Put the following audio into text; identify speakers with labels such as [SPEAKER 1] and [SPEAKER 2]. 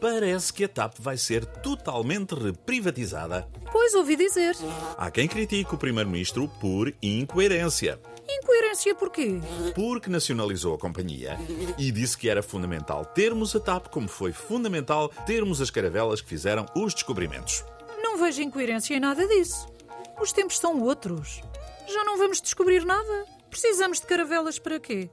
[SPEAKER 1] Parece que a TAP vai ser totalmente reprivatizada.
[SPEAKER 2] Pois ouvi dizer.
[SPEAKER 1] Há quem critique o Primeiro-Ministro por incoerência,
[SPEAKER 2] Incoerência porquê?
[SPEAKER 1] porque nacionalizou a companhia e disse que era fundamental termos a TAP, como foi fundamental termos as caravelas que fizeram os descobrimentos.
[SPEAKER 2] Não vejo incoerência em nada disso. Os tempos são outros. Já não vamos descobrir nada. Precisamos de caravelas para quê?